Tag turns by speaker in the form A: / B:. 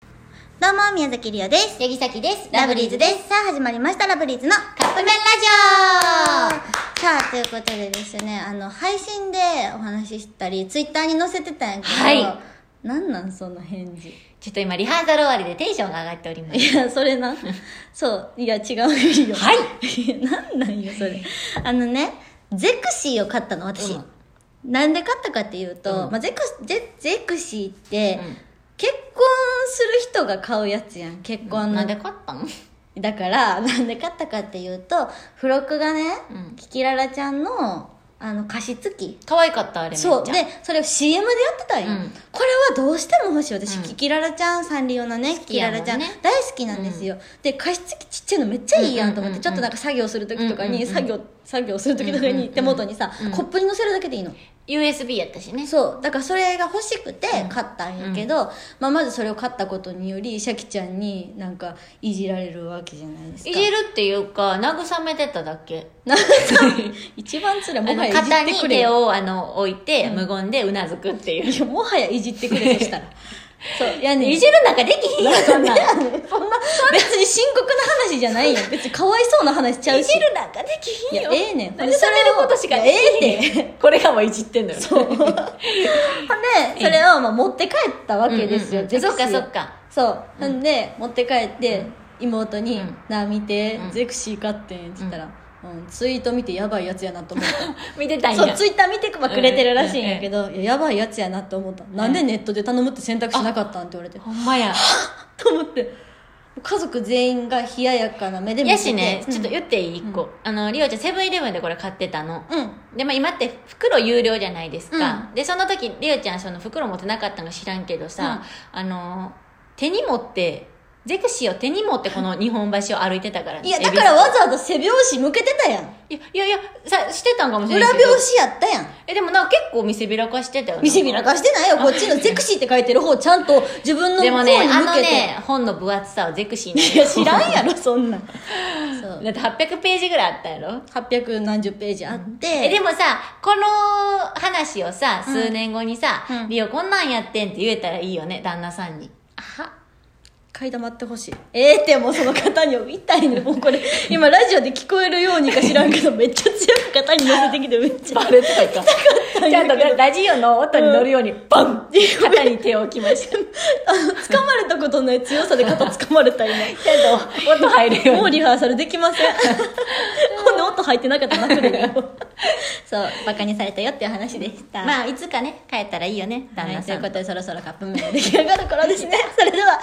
A: どうも、宮崎りおです。
B: 八木崎です。。
A: ラブリーズですす。さあ、始まりました、ラブリーズの
B: カップ麺ラジ
A: さあ、ということでですね、あの、配信でお話ししたり、ツイッターに載せてたんやけど、
B: はい
A: なんなん、その返事。
B: オちょっと今、リハーサル終わりでテンションが上がっております。
A: いや、それ な。そう。いや、違うよ。
B: はい
A: いや。なんなんよ、それ。あのね、ゼクシーを買ったの、私。
B: うん
A: なんで買ったかっていうと、
B: うん
A: まあ、ゼクスゼゼクシーって、
B: うん
A: 結婚する人が買うやつやん。結婚の
B: なんで買ったの
A: だから なんで買ったかっていうと付録がね、
B: うん
A: キキララちゃんのあの加湿器
B: 可愛かった、あれめっちゃ。
A: そうでそれを CM でやってたんよ、
B: うん
A: これはどうしても欲しい私、
B: うん
A: キキララちゃんサンリオのねキキララちゃん、
B: 好きやもんね
A: 大好きなんですよ、で加湿器ちっちゃいのめっちゃいいやんと思って、
B: うんうんうんうん
A: ちょっとなんか作業する時とかに、
B: うんうんうん
A: 作業作業する時とかに、
B: うんうんうん
A: 手元にさ、
B: うん
A: コップに乗せるだけでいいの
B: USB やったしね。
A: そうだからそれが欲しくて買ったんやけど、まあ、まずそれを買ったことによりシャキちゃんになんかいじられるわけじゃないですか
B: いじるっていうか、慰めてただけ。
A: 一番辛い
B: あ
A: もは
B: の、
A: やいじ
B: 肩
A: って
B: に
A: くれ
B: 手
A: よ
B: を、あの、置いて、無言でうなずくっていう。
A: いやもはやいじってくれと したらそういやね
B: いじるなんかできひんよ、そんな。い
A: そんな別に深刻な話じゃないよ別にかわいそうな話ちゃうし
B: じるなんかでき
A: い
B: ひん
A: や
B: よ。
A: ええねん
B: なんで喋ることしかできひん
A: いやええねん
B: ねん。これがもういじってんのよ。そ
A: ほ
B: う。
A: んでそれをまあ持って帰ったわけですよ、
B: うんうんう
A: ゼ
B: ん
A: クシーを
B: そっかそっか
A: そうほんで持って帰って妹に
B: うん
A: 「なあ見て
B: うん
A: ゼクシー買ってん」って言ったら、うんツイート見てやばいやつやなと思った
B: 見てたんや。
A: そうツイッター見てくれてるらしいんやけど、いややばいやつやなって思った、なんでネットで頼むって選択肢なかったんって言われて
B: ほんまや。
A: と思って家族全員が冷ややかな目で見てて
B: やしね、ちょっと
A: うん
B: 言っていい一個。あの、りおちゃん、セブンイレブンでこれ買ってたの。
A: うん
B: で、まあ、今って袋有料じゃないですか、
A: う
B: でその時りおちゃんその袋持ってなかったのか知らんけどさ、あの手に持ってゼクシーを手に持ってこの日本橋を歩いてたからね
A: いや
B: 恵比
A: だ
B: 寿
A: からわざわざ背拍子向けてたやん
B: いやいやいやさしてたんかもしれ
A: 裏
B: ない
A: 拍子やったやん
B: えでもなんか結構見せびらかしてたよな
A: 見せびらかしてないよこっちのゼクシーって書いてる方ちゃんと自分の
B: でもね
A: 向
B: あの
A: けて
B: ね本の分厚さをゼクシー
A: いや知らんやろそんなんそう
B: だって800ページぐらいあったやろ
A: 800何十ページあって、
B: えでもさこの話をさ数年後にさ
A: うんう
B: 「
A: ん
B: リオこんなんやってん」って言えたらいいよね旦那さんにあは
A: 買い黙ってほしいええってもうその方に言いたいねもう これ今ラジオで聞こえるようにか知らんけどめっちゃ強く肩に乗せてきてめっちゃ
B: バレてた
A: ん
B: か ち
A: や
B: ゃ
A: け
B: ん
A: ど
B: とラジオの音に乗るようにバン って肩に手を置きましたち
A: あの掴まれたことない強さで肩掴まれた今
B: ゃんと音入るように
A: もうリハーサルできま せんほんで音入ってなかったなそれでそうバカにされたよっていう話でした
B: まあいつかね帰ったらいいよね旦
A: は
B: 那
A: い、とい
B: さ
A: うん ことでそろそろカップ麺が出来上がる頃ですねそれでは